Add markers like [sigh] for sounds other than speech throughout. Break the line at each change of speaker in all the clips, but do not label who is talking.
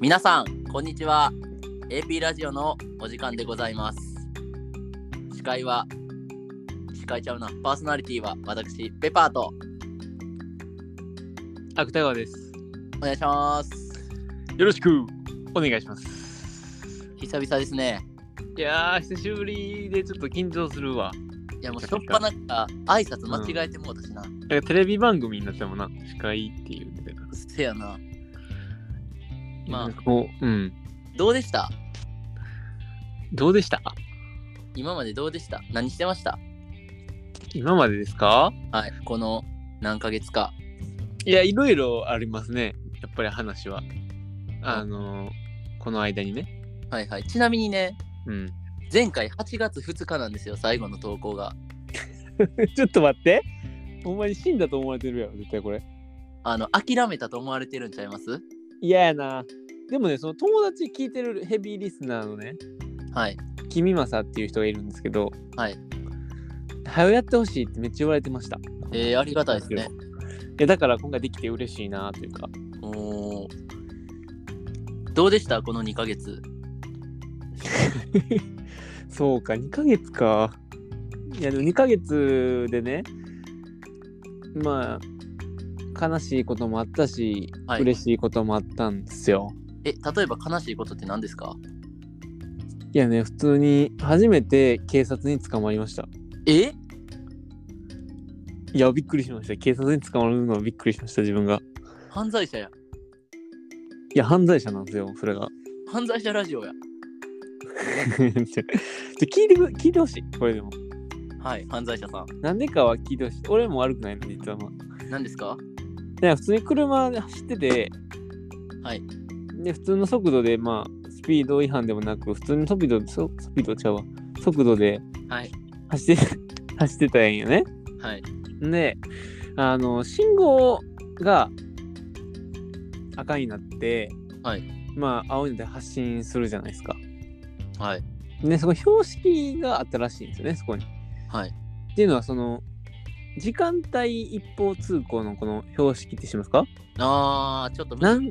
皆さん、こんにちは。AP ラジオのお時間でございます。司会は、司会ちゃうな。パーソナリティは私、ペパーと
芥川です。
お願いします。
よろしくお願いします。
久々ですね。
いやー、久しぶりでちょっと緊張するわ。
いや、もうしょっぱなから挨拶間違えてもうたしな。
だからテレビ番組になってもな、司会って言ってたから。
せやな。ま
な
あ
んかこう、うん。
どうでした
どうでした
今までどうでした何してました
今までですか
はい、この何ヶ月か。
いや、いろいろありますね。やっぱり話は。あのー、この間にね。
はいはい。ちなみにね、
うん。
前回8月2日なんですよ、最後の投稿が。
[laughs] ちょっと待って。ほんまに死んだと思われてるやろ、絶対これ。
あの、諦めたと思われてるんちゃいます
嫌やな。でもね、その友達聞いてるヘビーリスナーのね、
はい。
君まさっていう人がいるんですけど、
はい。
早やってほしいってめっちゃ言われてました。
えー、ありがたいですね。
いやだから今回できて嬉しいなというか [laughs]
おーどうでしたこの2ヶ月。
そうか2ヶ月かいやでも2ヶ月でねまあ悲しいこともあったし、
はい
嬉しいこともあったんですよ
え、例えば悲しいことって何ですか
いやね普通に初めて警察に捕まりました
え
いやびっくりしました警察に捕まるのびっくりしました自分が
犯罪者や。
いや犯罪者なんですよそれが
犯罪者ラジオや。
[laughs] ちょちょ聞いてく聞いてほしいこれでも
はい、犯罪者さん。
なんでかは聞いてほしい俺も悪くないの実はまあ
何ですか
いや普通に車で走ってて、
はい。
で、普通の速度で、まあ、スピード違反でもなく、普通の速度、そスピードちゃうわ。速度で
はい。
走って、 [laughs] 走ってたんよね。
はい。
で、あの、信号が赤になって、
はい。
まあ、青いので発進するじゃないですか。
はい。
で、そこ、標識があったらしいんですよね、そこに。っ
はい。
ていうのは、その、時間帯一方通行のこの標識ってしますか
あー、ちょっとむ
なん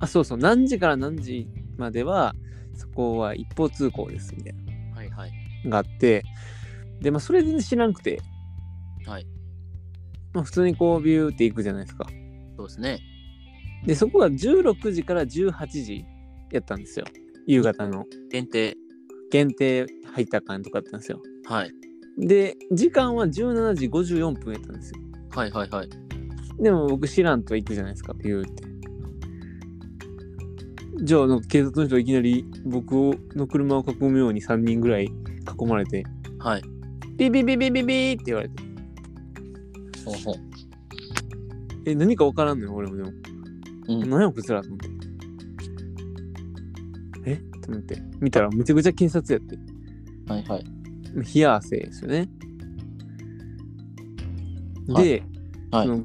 あそうそう何時から何時まではそこは一方通行ですみたいな
はいはい。
のがあってでまあそれ全然知らんくて
はい
まあ普通にこうビューって行くじゃないですか
そうですね。
でそこが16時から18時やったんですよ夕方の
限定。
限定入った感とかだったんですよ
はい。
で時間は17時54分やったんですよ
はいはいはい。
でも僕知らんと行くじゃないですか、ビューって。じゃあ、なんか警察の人がいきなり僕の車を囲むように3人ぐらい囲まれて、
はい。
ビビビビビビーって言われて、
ほうほう。
え、何か分からんのよ、俺もでも。
うん
何やこいつらと思って。えと思って。見たらむちゃくちゃ警察やって。
はいはい。
冷や汗ですよね。で、
はいはい
その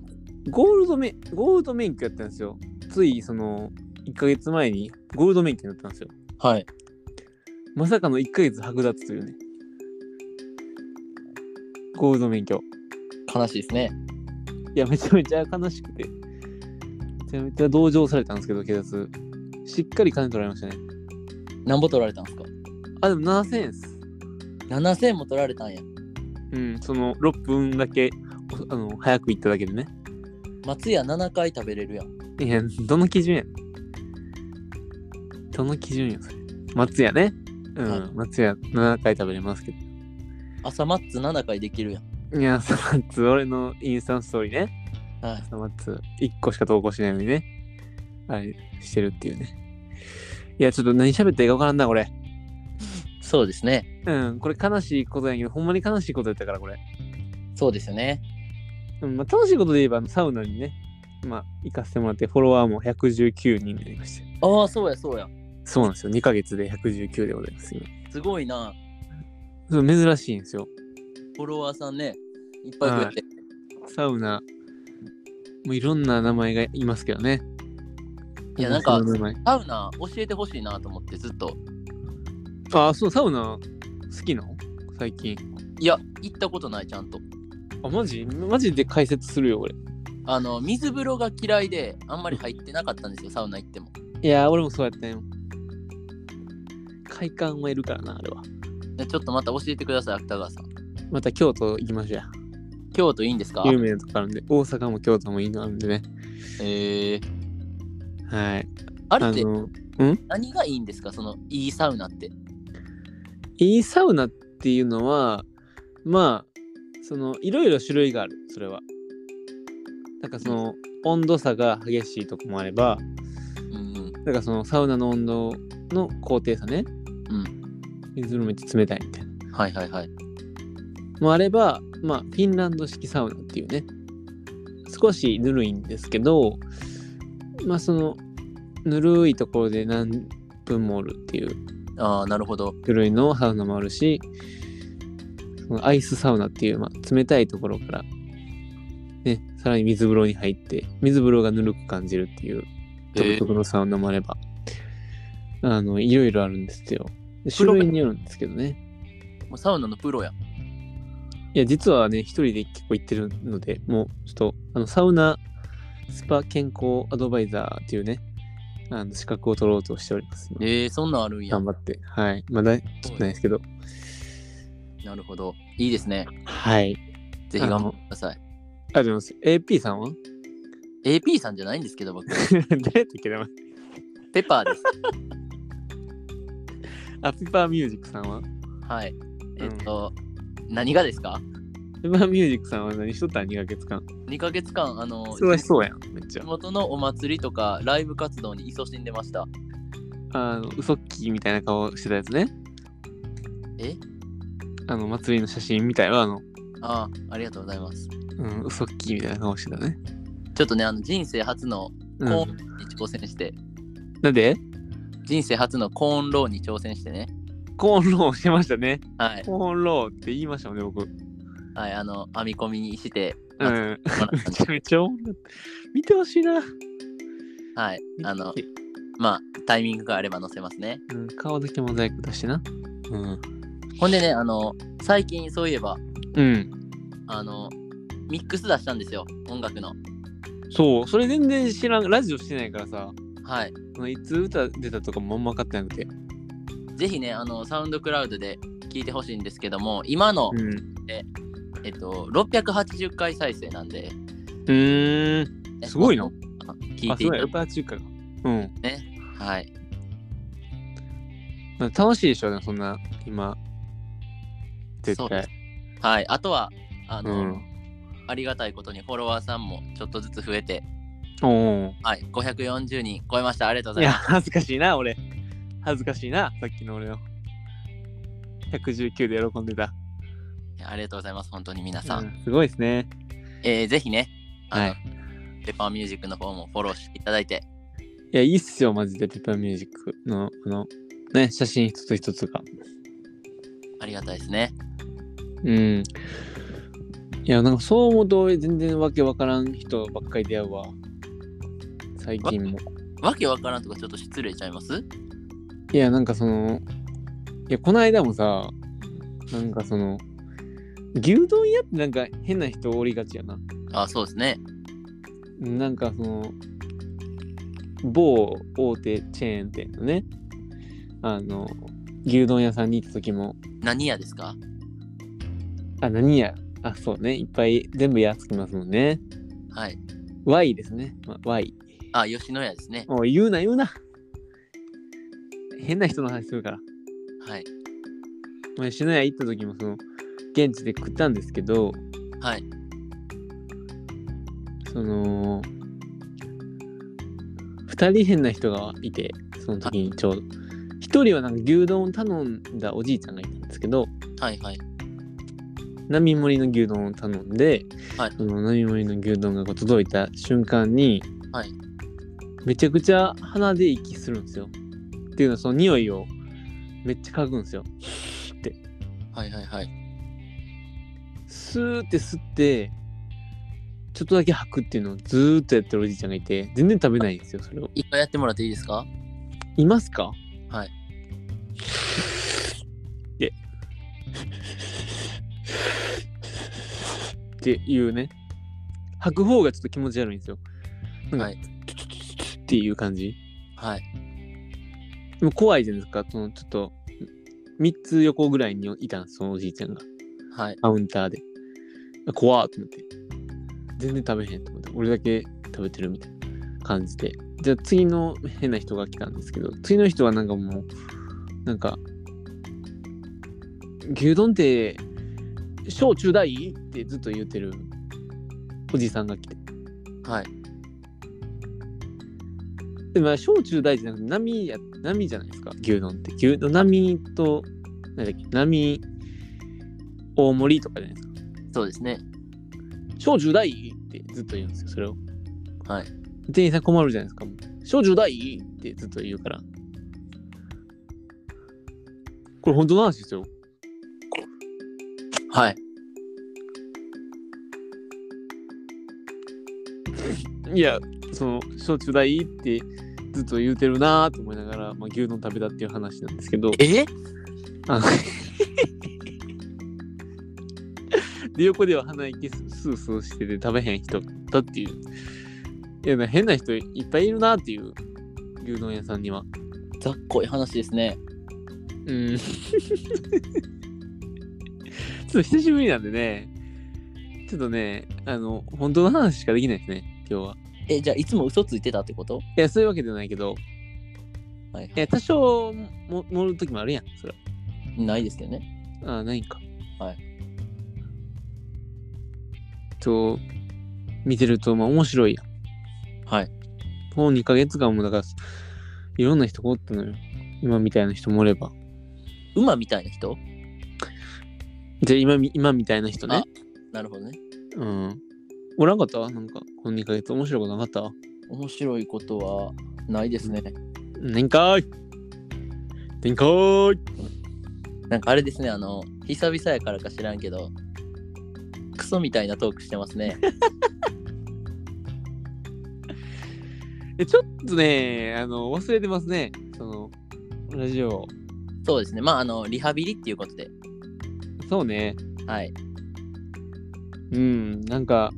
ゴールドメゴールド免許やったんですよ。ついその1ヶ月前にゴールド免許になったんですよ。
はい。
まさかの1ヶ月剥奪というね。ゴールド免許。
悲しいですね。
いや、めちゃめちゃ悲しくて。めちゃめちゃ同情されたんですけど、警察。しっかり金取られましたね。
何ぼ取られたんですか
あ、でも7000円です。
?7000 円も取られたんや。
うん、その6分だけ、おあの、早く行っただけでね。
松屋7回食べれるやん。
いや、どの基準やどの基準やそれ。松屋ね。う
はい
ん、松屋7回食べれますけ
朝マッツ7回できるやん。
ど。いや、朝マッツ、俺のインスタントストーリーね。
はい。
朝マッツ、1個しか投稿しないのにね。あれ、してるっていうね。いや、ちょっと何喋っていいか分からんな、これ。
そうですね。
うん、これ悲しいことやけど、ほんまに悲しいことやったから、これ。
そうですよね。
うん、まあ、楽しいことで言えば、あのサウナにね、まあ、行かせてもらって、フォロワーも119人になりました。
ああ、そうやそうや。
そうなんですよ。2ヶ月で119でございます、今。
すごいな。
そう珍しいんですよ。
フォロワーさんね。いっぱい増えて。
サウナ、もういろんな名前がいますけどね。
いやなんか
その名前
サウナ教えてほしいなと思ってずっと。
あ、そう、サウナ好きなの最近。
いや、行ったことない、ちゃんと。
あ、マジマジで解説するよ、俺。
あの、水風呂が嫌いで、あんまり入ってなかったんですよ、サウナ行っても。
いや、俺もそうやったよ。快感はいるからな、あれは。
でちょっとまた教えてください、芥川さん。
また京都行きましょうや。
京都いいんですか
有名なとこあるんで、大阪も京都もいいのあるんでね。
えー、
はい。
あれ
あ
って
の、
何がいいんですかそのいいサウナって。
いいサウナっていうのは、まあ、その、いろいろ種類がある、それは。なんかその、温度差が激しいとこもあれば、
うん
なんかそのサウナの温度の高低差ね。
うん
水のめっちゃ冷たいみたいな。
うん。はいはいはい。
もあれば、まあ、フィンランド式サウナっていうね、少しぬるいんですけど、まあ、その、ぬるいところで何分もおるっていう
ああ、なるほど。
ぬるいのサウナもあるし、そのアイスサウナっていう、まあ、冷たいところから、ね、さらに水風呂に入って、水風呂がぬるく感じるっていう独特のサウナもあれば、あの、いろいろあるんですよ。で
風呂
種
が
類によるんですけどね。
もうサウナのプロや。
いや、実はね、一人で結構行ってるので、もうちょっと、あの、サウナスパ健康アドバイザーっていうね、あの、資格を取ろうとしております。今
えー、そんなんあるんや
頑。張って。はい。まだ、ちょっとないですけど。
なるほど。いいですね。
はい。
ぜひ頑張ってください。
ありがとうございます。AP さんは
AP さんじゃないんですけど、僕、
[laughs] 誰だっけ名前
ペパーです。
あ、ペパーミュージックさんは
はい。えっと、何がですか
ペパーミュージックさんは何しとったん ?2 ヶ月間。
?2 ヶ月間、あの、
忙しそうやん、めっち
地
ゃ。
元のお祭りとかライブ活動に勤しんでました。
あの、ウソッキーみたいな顔してたやつね。
え
あの、祭りの写真みたいな、あの、
ああ、ありがとうございます。
うん、ウソッキーみたいな顔してたね。
ちょっとね、あの人生初のコ
う
ー
ん。
ンに挑戦して、
なんで
人生初のコーンローに挑戦してね。
コーンローしてましたね。
はい。
コーンローって言いましたもんね、僕。うん。
はい、あの、編み込みにして
め
まもらったん
[laughs] ちゃ
で、
めちゃおもろかった見てほしいな。
はい。あの、まあ、タイミングがあれば載せますね。
うん、顔だけモザイク出してな。うん。
ほんでね、あの、最近そういえば、
うん。
あの、ミックス出したんですよ、音楽の。
そう、それ全然知らん。ラジオしてないからさ。
はい。
そのいつ歌出たとかもあんま分かってなくて。
ぜひね、あの、サウンドクラウドで聞いてほしいんですけども、今の、
ん。
えっと、680回再生なんで、
うーん。
ね
すごいな。
あ聞い
あ、
て
す
い
ご
た
い。
だ
ウパー中華が。うん。
はい。
なんか楽しいでしょうね、そんな、今。絶
そうで
対
す。はい。あとは、あ
う
の、
ん。
ありがたいことにフォロワーさんもちょっとずつ増えて、
お
はい、540人超えました。ありがとう
お。
ご
い
ざいま
や、
す。
恥ずかしいな、俺。恥ずかしいな、さっきの俺を。119で喜んでた。
ありがとうございます。本当に皆さん。
うんすごいですね。
えーぜひね、あの
はい。
ペッパーミュージックの方もフォローしていただいて、
いや、いいっすよ、マジで、ペッパーミュージックの、あの、ね、写真一つ一つが。
ありがたいですね。
うん。いや、なんかそう思うと、俺全然わけわからん人ばっかり出会うわ。最近も。
わけわからんとかちょっと失礼ちゃいます
いや、なんかその、いや、この間もさ、なんかその、牛丼屋ってなんか変な人おりがちやな。
あ、そうですね。
なんかその、某大手チェーン店のね、あの、牛丼屋さんに行った時も、
何やですか
あ、何や、あ、そうね、いっぱい全部やつきますもんね。
はい。
Y ですね、まあ、Y。
あ、吉野家ですね。
おい、言うな、言うな。変な人の話するから。
はい。
まあ吉野家行った時もその現地で食ったんですけど
はい
その2人変な人がいてその時にちょうど1人はなんか牛丼を頼んだおじいちゃんがいたんですけど
はいはい。
並盛りの牛丼を頼んで、
はい
その並盛りの牛丼がこう届いた瞬間に、
はい
めちゃくちゃ鼻で息するんですよっていうのはその匂いをめっちゃ嗅ぐんですよ
はいはいはい。
スーって吸ってちょっとだけ吐くっていうのをずーっとやってるおじいちゃんがいて全然食べないんですよそれを
一回やってもらっていいですか
いますか
はい
でっていうね吐く方がちょっと気持ち悪いんですよなんか
はい
っていう感じ
はい。
でも怖いじゃないですか。そのちょっと、3つ横ぐらいにいたんです、そのおじいちゃんが。
はい。
カウンターで。怖っと思って。全然食べへんと思って。俺だけ食べてるみたいな感じで。じゃあ次の変な人が来たんですけど、次の人はなんかもう、なんか、牛丼って小中大ってずっと言ってるおじさんが来て。
はい。
でも小中大じゃなくて波や波じゃないですか牛丼って牛丼波となんだっけ波大盛りとかじゃないですか
そうですね。
小中大ってずっと言うんですよそれを
はい
店員さん困るじゃないですかもう小中大ってずっと言うからこれ本当の話ですよ
はい。
いやその小中大ってずっと言うてるなーと思いながら、まあ、牛丼食べたっていう話なんですけど
え
[laughs] あので横では鼻息スースーしてて食べへん人だっていういやな変な人いっぱいいるなっていう牛丼屋さんには
ざっこい話ですね。
うん [laughs] ちょっと久しぶりなんでねちょっとねあの本当の話しかできないですね今日は
え、じゃあいつも嘘ついてたってこと
いやそういうわけじゃないけど
はいはい
いや多少も盛る時もあるやんそれ
ないですけどね。
あ、ないんか。
はい。
と、見てると、まあ面白いやん。
はい。
もう2ヶ月間も、だから、いろんな人がおったのよ。今みたいな人もおれば。
馬みたいな人
じゃあ今み、今みたいな人ね
あ。なるほどね。
うん。おらんかったなんか、この2ヶ月面白いことなかっ
面白いことはないですね。
たねんかーいねんかーい
なんかあれですね、あの、久々やからか知らんけど、クソみたいなトークしてますね。
え、ちょっとね、あの、忘れてますね。その、ラジオ。
そうですね。まあ、あの、リハビリっていうことで。
そうね。
はい。
うん、なんか、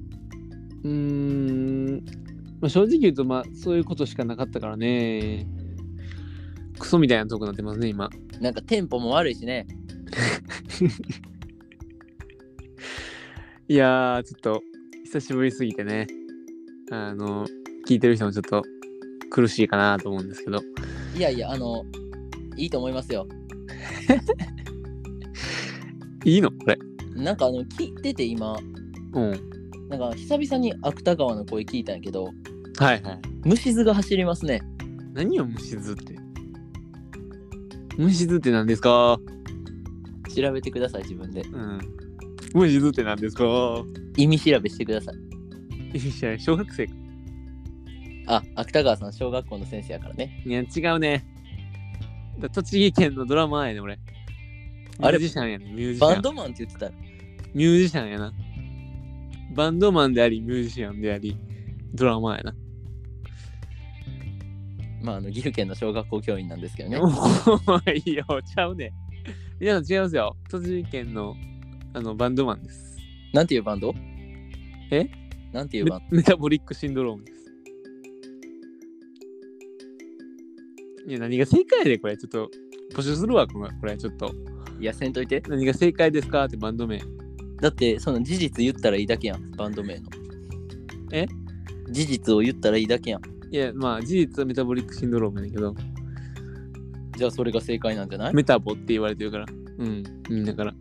うーん、まあ、正直言うと、まあ、そういうことしかなかったからね。クソみたいなとこなってますね、今。
なんかテンポも悪いしね。
いやー、ちょっと、久しぶりすぎてね。あの、聞いてる人もちょっと苦しいかなと思うんですけど。
いやいや、あの、いいと思いますよ。
いいのこれ。
なんかあの、聞いてて今、
うん。
なんか久々に芥川の声聞いたんやけど、
はいはい。
虫図が走りますね。
何よ、虫図って。虫図って何ですか
調べてください、自分で。
うん。虫図って何ですか
意味調べしてください。
いや小学生か。
あ、芥川さん、小学校の先生やからね。
いや、違うね。だ栃木県のドラマーやね、俺。ミュ
あれ
ージシャンやね、ミュージシ
バ
ャ
ン
ン。
ドマンって言ってた。
ミュージシャンやな。バンドマンであり、ミュージシャンであり、ドラマーやな。
まあ、あの、岐阜県の小学校教員なんですけどね。
おいいよ、ちゃう [laughs] ね。皆さん違いますよ。栃木県のあのバンドマンです。
なんていうバンド
え
なんていう
メ
バン
メタボリックシンドロームです。いや、何が正解でこれ、ちょっと、募集するわ、これ、これちょっと。
ドいや、せんといて。
何が正解ですかってバンド名。
だって、その事実言ったらいいだけやん、バンド名の。
え
事実を言ったらいいだけやん。
いや、まあ、事実はメタボリックシンドロームやねんけど、
じゃあ、それが正解なんじゃない
メタボって言われてるから、うん、みんなから。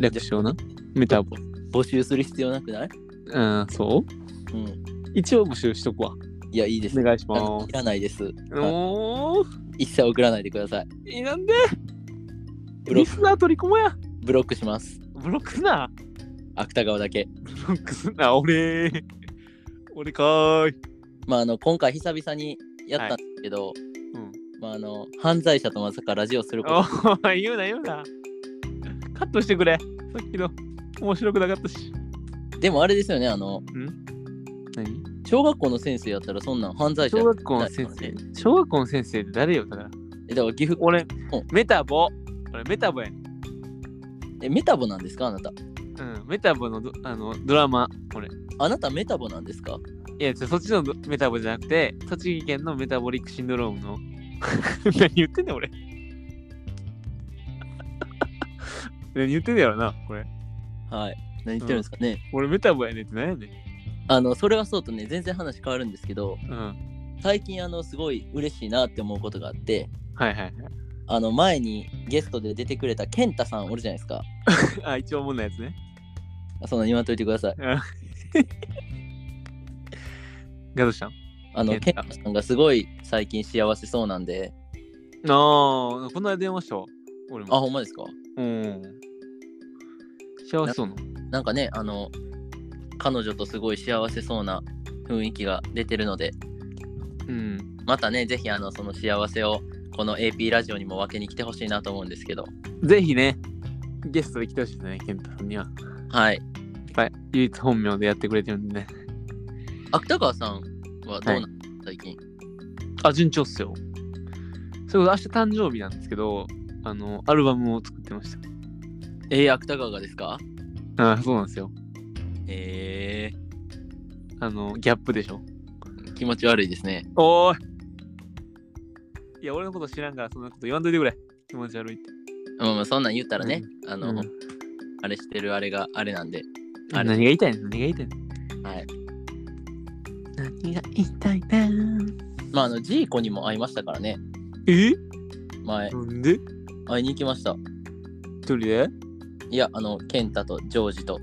略称な。メタボ。
募集する必要なくない
ああ、そう
うん。
一応募集しとくわ。
いや、いいです。
お願いしま
なんかい
す。
らないです。
おー、
一切送らないでください。
いいなんで
ブロ
リスナー取り込もや。
ブロックします。
ブロックすな。
芥川だけ。
ブロックすな、俺。俺かーい。
まあ、あの、今回久々にやったんですけど、
うん。
まあ、あの、犯罪者とまさかラジオすること
おー、言うな、言うな。カットしてくれ。さっきの、面白くなかったし。
でもあれですよね、あの、
何
小学校の先生やったらそんなん犯罪者
小学校の先生。小学校の先生って誰よ、だから。
え、だから岐阜、
俺
うん、
メタボ。俺、メタボやねん。
え、メタボなんですかあなた。
うん、メタボのドあのドラマ、俺。い
あなたメタボなんですか
や、ちょそっちのドメタボじゃなくて、栃木県のメタボリックシンドロームの [laughs] 何言ってんねん、俺。何言ってんねやろな、これ。
はい。何言ってるんですかね。
俺メタボやねんって何やねん。
あの、それはそうとね、全然話変わるんですけど、
うん。
最近、あの、すごい嬉しいなって思うことがあって、
はいはいはい。
あの、前にゲストで出てくれたケンタさんおるじゃないですか。
あ、一応おもんなやつね。
そんな言わんといてください。
がどうしたん
あの、
ケ
ケ
ン
ン
タ
タさんがすごい最近幸せそうなんで、
あー、この間電話したわ。俺
あ、
も。
ほんまですか
うん。幸せそうな。
なんかね、あの、彼女とすごい幸せそうな雰囲気が出てるので、
うん。
またね、ぜひあの、その幸せを、この AP ラジオにも分けに来てほしいなと思うんですけど、
ぜひね、ゲストで来てほしいですね、ケンタさんには。
はい。
いっぱい、唯一本名でやってくれてるんでね。
芥川さんはどうなの、最近。
あ、順調っすよ。それこそ明日誕生日なんですけど、あの、アルバムを作ってました。
えー、芥川がですか
あーそうなんですよ。
え
あの、ギャップでしょ。
ー、気持ち悪いですね。
おーい。いや、俺のこと知らんから、そんなこと言わんといてくれ。気持ち悪いって。
まあまあ、そんなん言ったらね、あの、
うん
あれしてるあれがあれなんで、あ
何
れ
が言いたいの何が言いたいの
はい。
何が言いたいな
まあ、あの、ジーコにも会いましたからね、
え
前、
なんで
会いに行きました。
一人でえ
いや、あの、健太とジョージと、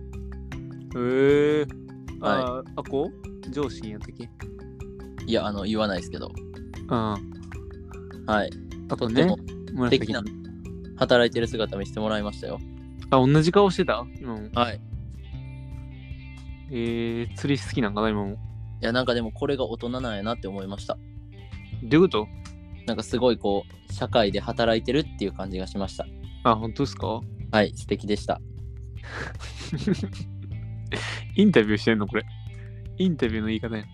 ー、あー、あこ上司やったっけ
いや、あの、言わないですけど、
あ
はい。
あ。あと
で
ね
も、、
紫
な
の
働いてる姿見せてもらいましたよ。
あ、同じ顔してた今も。
はい。い
えー、釣り好きなんかな今も。
や、なんかでもこれが大人なんやなって思いました。
どういうこと
なんかすごいこう、社会で働いてるっていう感じがしました。
あ、本当ですか
はい、素敵でした。
インタビューしてんのこれ。インタビューの言い方やん。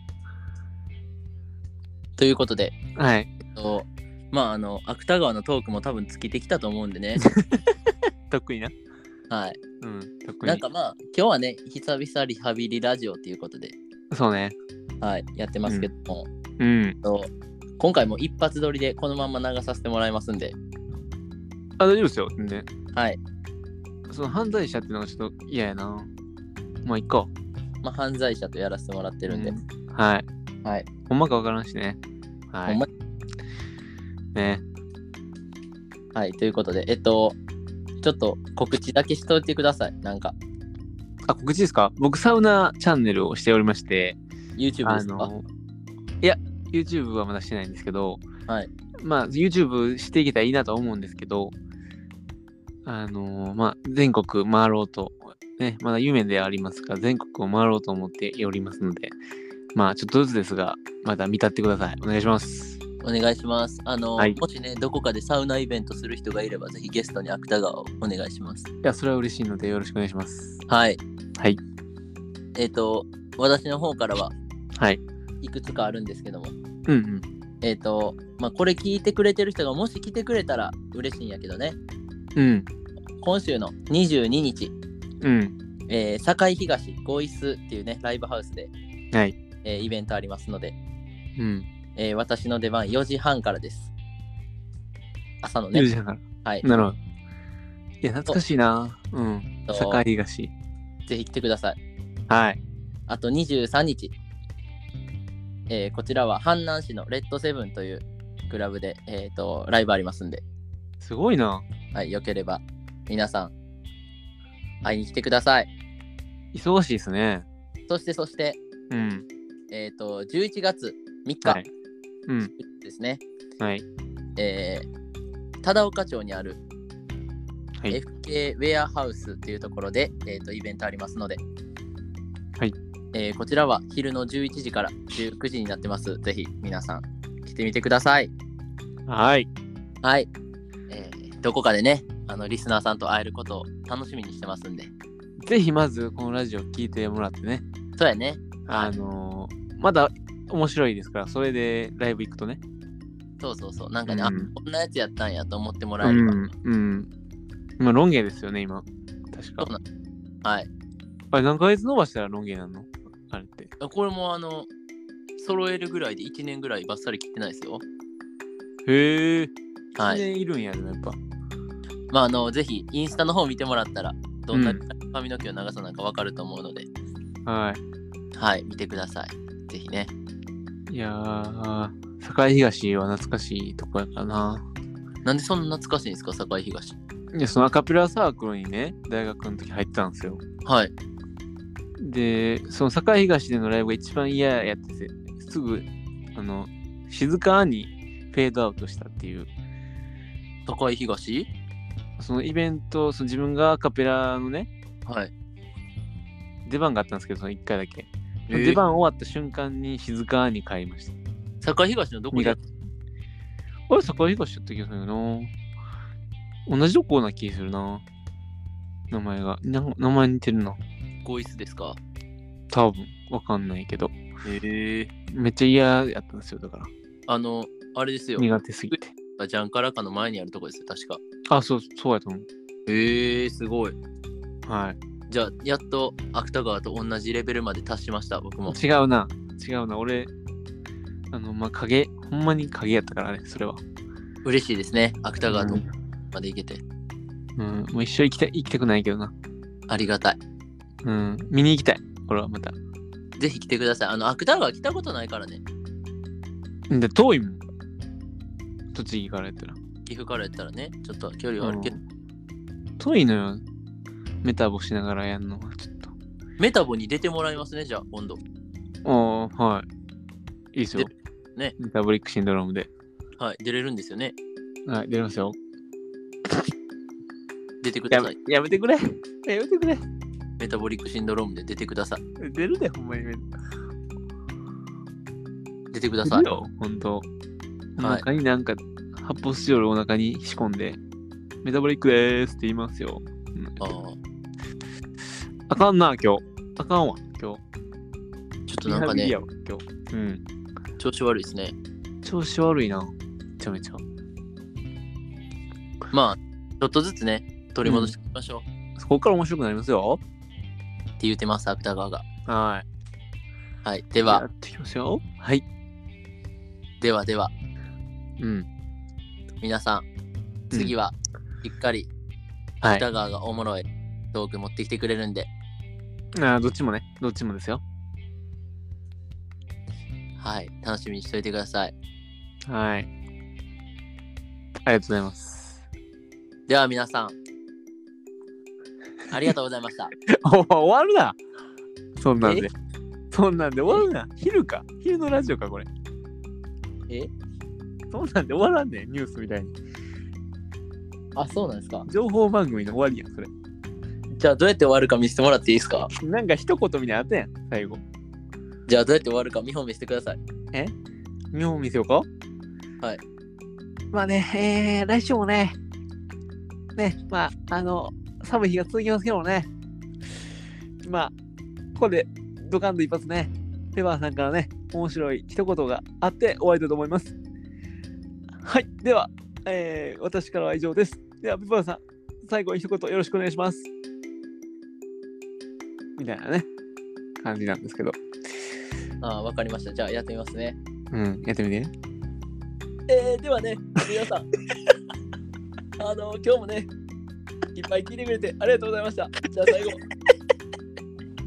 ということで、
はい。
えっとまあ、あの、芥川のトークも多分尽きてきたと思うんでね。
得意な。
はい。
うん、得意。
なんかまあ、今日はね、久々リハビリラジオということで、
そうね。
はい、やってますけども、
うん。
えっと今回も一発撮りでこのまんま流させてもらいますんで、
あ、大丈夫ですよ。全然。
はい。
その犯罪者ってのがちょっと嫌やな。まあ、いっか。
まあ、犯罪者とやらせてもらってるんで、
うんはい。
はい。
ほんまかわからんしね。はい。
ほんま
ね。
はい、ということで、えっと、ちょっと告知だけしておいてください。なんか、
あ、告知ですか僕、サウナチャンネルをしておりまして、
YouTube ですか、
いや、YouTube はまだしてないんですけど、
はい
まあ、YouTube していけたらいいなとは思うんですけど、あのーまあ、全国回ろうと、ね、まだ夢ではありますが、全国を回ろうと思っておりますので、まあ、ちょっとずつですが、また見たってください。お願いします。
お願いします。あの、
はい
もしね、どこかでサウナイベントする人がいれば、ぜひゲストに芥川をお願いします。
いや、それは嬉しいので、よろしくお願いします。
はい。
はい。
えっと、私の方からは
はい。
いくつかあるんですけども、
うんうん。
えっと、まあ、これ聞いてくれてる人がもし来てくれたら嬉しいんやけどね、
うん。
今週の22日、
うん。
えー、境東ゴイスっていうね、ライブハウスで、
はい。
えーイベントありますので、
うん。
えー私の出番4時半からです。朝の
ゆう
ね。
じさんから。
はい。
なるほど。いや、懐かしいな。うん。
と
堺東。
ぜひ来てください。
はい。
あと23日、えーこちらは阪南市のレッドセブンというクラブで、えー、とライブありますんで、
すごいな。
はい、よければ皆さん会いに来てください。
忙しいですね。
そしてそして、
うん。
えー、と11月3
は
日
い。うん。
ですね、
はい。
えー忠岡町にある
はい
FK ウェアハウスというところで、えー、とイベントありますので、
はい
えーこちらは昼の11時から19時になってます。ぜひ皆さん来てみてください。
はい。
はい、えーどこかでね、あのリスナーさんと会えることを楽しみにしてますんで。
ぜひまずこのラジオ聞いてもらってね。
そうやね。
あのー、まだ面白いですから、それでライブ行くとね。
そうそうそう。なんかね、
うん
あこんなやつやったんやと思っても
う
らえれば。
ん。うん。今、ロン毛ですよね、今。確
そうな
か。
はい。
あれ、何ヶ月伸ばしたらロン毛なのあれって。
これもあの、揃えるぐらいで1年ぐらいバッサリ切ってないですよ。
へえ。
はい。
でいるんや、でもやっぱ。
まあ、あの、ぜひ、インスタの方見てもらったら、どんな髪の毛を長さなのかわかると思うので、
は
はい、見てください。ぜひね。
い。いやー、堺東は懐かしいとこやからな。
なんでそんな懐かしいんですか、堺東。
いや、そのアカペラサークルにね、大学の時入ってたんですよ。
はい。
で、その堺東でのライブが一番嫌やってて、すぐ、あの、静かにフェードアウトしたっていう。
堺東
そのイベント、その自分がアカペラのね、
はい。
出番があったんですけど、その1回だけ。
えー
出番終わった瞬間に静かに帰りました。
堺東のどこ
苦
に
手あれ、堺東やった気がするよな。同じとこな気するな。名前が。なん名前似てるな。
ゴイスですか
多分わかんないけど。
へえ。
めっちゃ嫌やったんですよ、だから。
あの、あれですよ。
苦手すぎて。
ジャンカラカの前にあるとこですよ、確か。
あ、そう、そうやと思う。
へえ、すごい。
はい。
じゃあ、やっと芥川と同じレベルまで達しました、僕も。
違うな。違うな。俺、あの、まあ、影、ほんまに影やったからね、それは。
嬉しいですね、芥川と
うん
まで行けて。
うん、もう一生行きたい、行きたくないけどな。
ありがたい。
うん、見に行きたい。俺はまた。
ぜひ来てください。あの、芥川来たことないからね。
で、遠いもん。栃木からやったら。
岐阜からやったらね、ちょっと距離はあるけど。
うん遠いのよ。メタボしながらやんのは、ちょっと。
メタボに出てもらいますね、じゃあ、今度。
ああ、はい。いいですよ。
ね。
メタボリックシンドロームで。
はい、出れるんですよね。
はい、出れますよ。
出てくだ
や
さい。
めやめてくれ。やめてくれ。
メタボリックシンドロームで出てください。
出るで、ほんまに。出る
出てください。
よ、ほんと。お
はい
腹になんか、発泡スチロールをお腹に仕込んで、メタボリックでーすって言いますよ。うん
ああ、ちょ
あかんな、今日。あかんわ、今日。
っとなんか
リハビリ
ね、
やわ今日。うん。
調子悪いですね。
調子悪いな。めちゃめちゃ。
まあ、ちょっとずつね、取り戻していきましょう。
そこから面白くなりますよ。
って言ってます、芥川が。
はい。
はい、で
や
は、
っていきましょう。はい。
ではでは、
うん。
皆さん、次は、しっかり、
はい。
芥川がおもろいトーク持ってきてくれるんで、
あーどっちもね。どっちもですよ。
はい、楽しみにしておいてください。
はい。ありがとうござ
[laughs]
います。
では、皆さん、ありがとうございました。
お終わるなそんなんで。そんなんで終わるな。昼か。昼のラジオか、これ。
[laughs] え
そんなんで終わらんねんニュースみたいに。
あ、そうなんですか。
情報番組の終わりやん、それ。
じゃあ、どうやって終わるか見せてもらっていいですか
なんか一言みたいなのあったやん、最後。
じゃあ、どうやって終わるか見本見せてください。
見本見せようか
はい。
まあね、えー、来週もね、ね、まあ、あの、寒い日が続きますけどもね、まあ、ここでドカンと一発ね、ペバーさんからね、面白い一言があって終わりだと思います。はい、では、えー、私からは以上です。では、ペバーさん、最後に一言よろしくお願いします。みたいなね、感じなんですけど、
ああ、わかりました。じゃあ、やってみますね。
うん、やってみて。
えー、ではね、皆さん、 [laughs] あの今日もね、いっぱい聞いてくれてありがとうございました。じゃあ最後、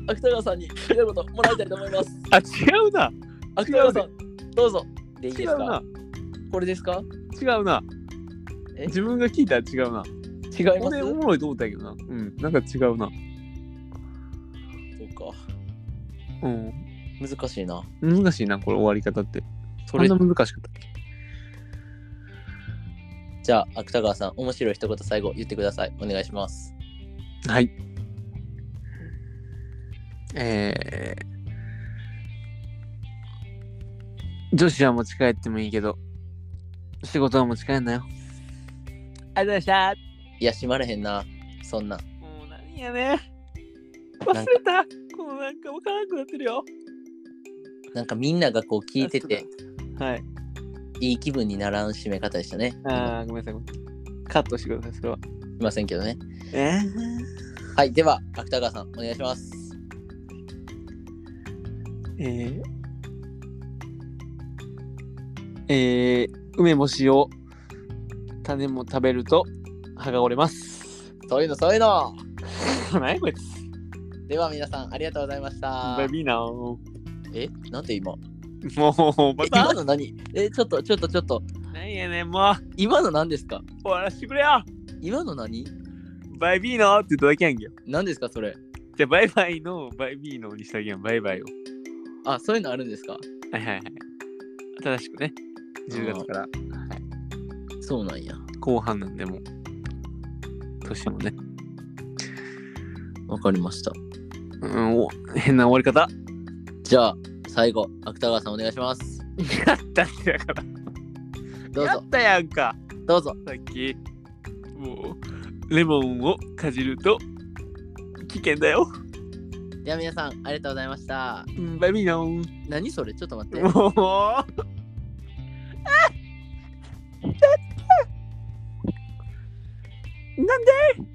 芥川さんに一言もらいたいと思います。
あ、違うな
芥川さん、どうぞ。でいい
違
です
う
か
な
これですか
違うな。
え
自分が聞いたら違うな。
違います
俺お
そ
もろいと思ったけどな。うん。なんか違うな。
う
うん。
か、難しいな。
難しいな、これ終わり方って。
そ
それ
れ
んな、難しかったっけ
じゃあ芥川さん、面白い一言最後言ってください。お願いします。
はい。えー、女子は持ち帰ってもいいけど、仕事は持ち帰んなよ。ありがとうござい
いや、閉まれへんな。そんな。
ました。もう何やね。
か
忘れた。このなんかわからなくなってるよ。
なんかみんながこう聞いてて、。
はい。
いい気分にならん締め方でしたね。
あー、ごめんなさい。ごめんなさいカットしてください、それは。
いませんけどね。
え
はい、では芥川さん、お願いします。
えー、えー、梅干しを種も食べると歯が折れます。
そういうの、そういうの。
何やこいつ
では皆さん、ありがとうございました
ベ。ビーナー。
え、なんで今
もう、
え
バ
今
タ
の何え、ちょっと、ちょっと、ちょっと。
何やねん、もう、
今の何ですか
終わらしてくれよ
今の何
バイビーノーって言っただけやんけよ。
何ですかそれ。
じゃあ、バイバイのバイビーノーにしたけやん、バイバイを。
あ、そういうのあるんですか
はいはいはい。新しくね、10月から
そうなんや。
後半なんでもう、年もね。
わかりました。
うん、お変な終わり方。 [laughs]
じゃあ、最後、芥川さんお願いします。
やったんやから。
どう
や
ぞ
っ、たやんか。
どうぞ。
さっき、もう、レモンをかじると、危険だよ。
では皆さん、ありがとうございました。
うんバイビーノー。
何それちょっと待って。
もうあなんで